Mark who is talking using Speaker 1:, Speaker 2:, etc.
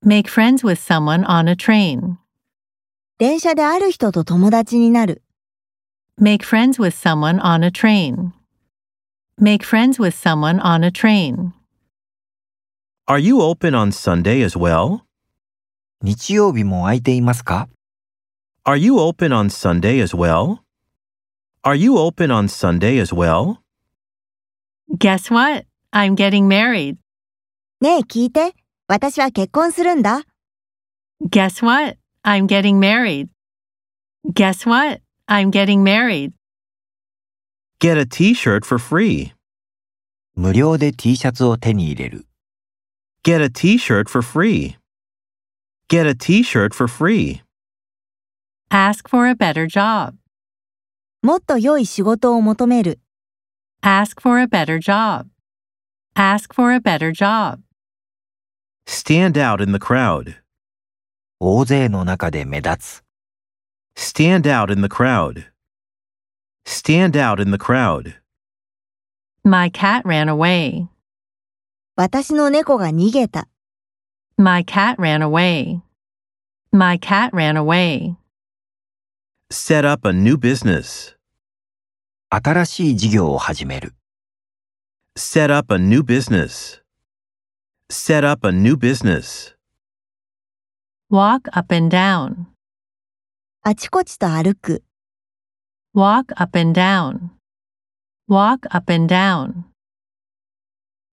Speaker 1: Make friends with someone on a train.
Speaker 2: 電車である人と友達になる。
Speaker 1: Make friends with someone on a train. Make friends with someone on a train.
Speaker 3: Are you open on Sunday as well?
Speaker 4: 日曜日も空いていますか
Speaker 3: Are you open on Sunday as well? Are you open on Sunday as well?
Speaker 1: Guess what? I'm getting married.
Speaker 2: ねえ聞いて。私は結婚するんだ。
Speaker 1: Guess what? I'm getting married. Guess what? I'm getting married.
Speaker 3: Get a t shirt for free.
Speaker 4: 無料で T シャツを手に入れる。
Speaker 3: Get a t shirt for free. Get a t shirt for free.
Speaker 1: Ask for a better job.
Speaker 2: もっと良い仕事を求める。
Speaker 1: Ask for a better job. Ask for a better job.
Speaker 3: Stand out in the crowd.
Speaker 4: 大勢の中で目立つ。
Speaker 3: Stand out in the crowd. Stand out in the crowd.
Speaker 1: My cat ran away.
Speaker 2: 私の猫が逃げた。
Speaker 1: My cat ran away. My cat ran away.
Speaker 3: Set up a new business.
Speaker 4: 新しい事業を始める。
Speaker 3: Set up a new business. Set up a new business.
Speaker 1: Walk up and down.
Speaker 2: あちこちと歩く。
Speaker 1: Walk up and down. Walk up and down.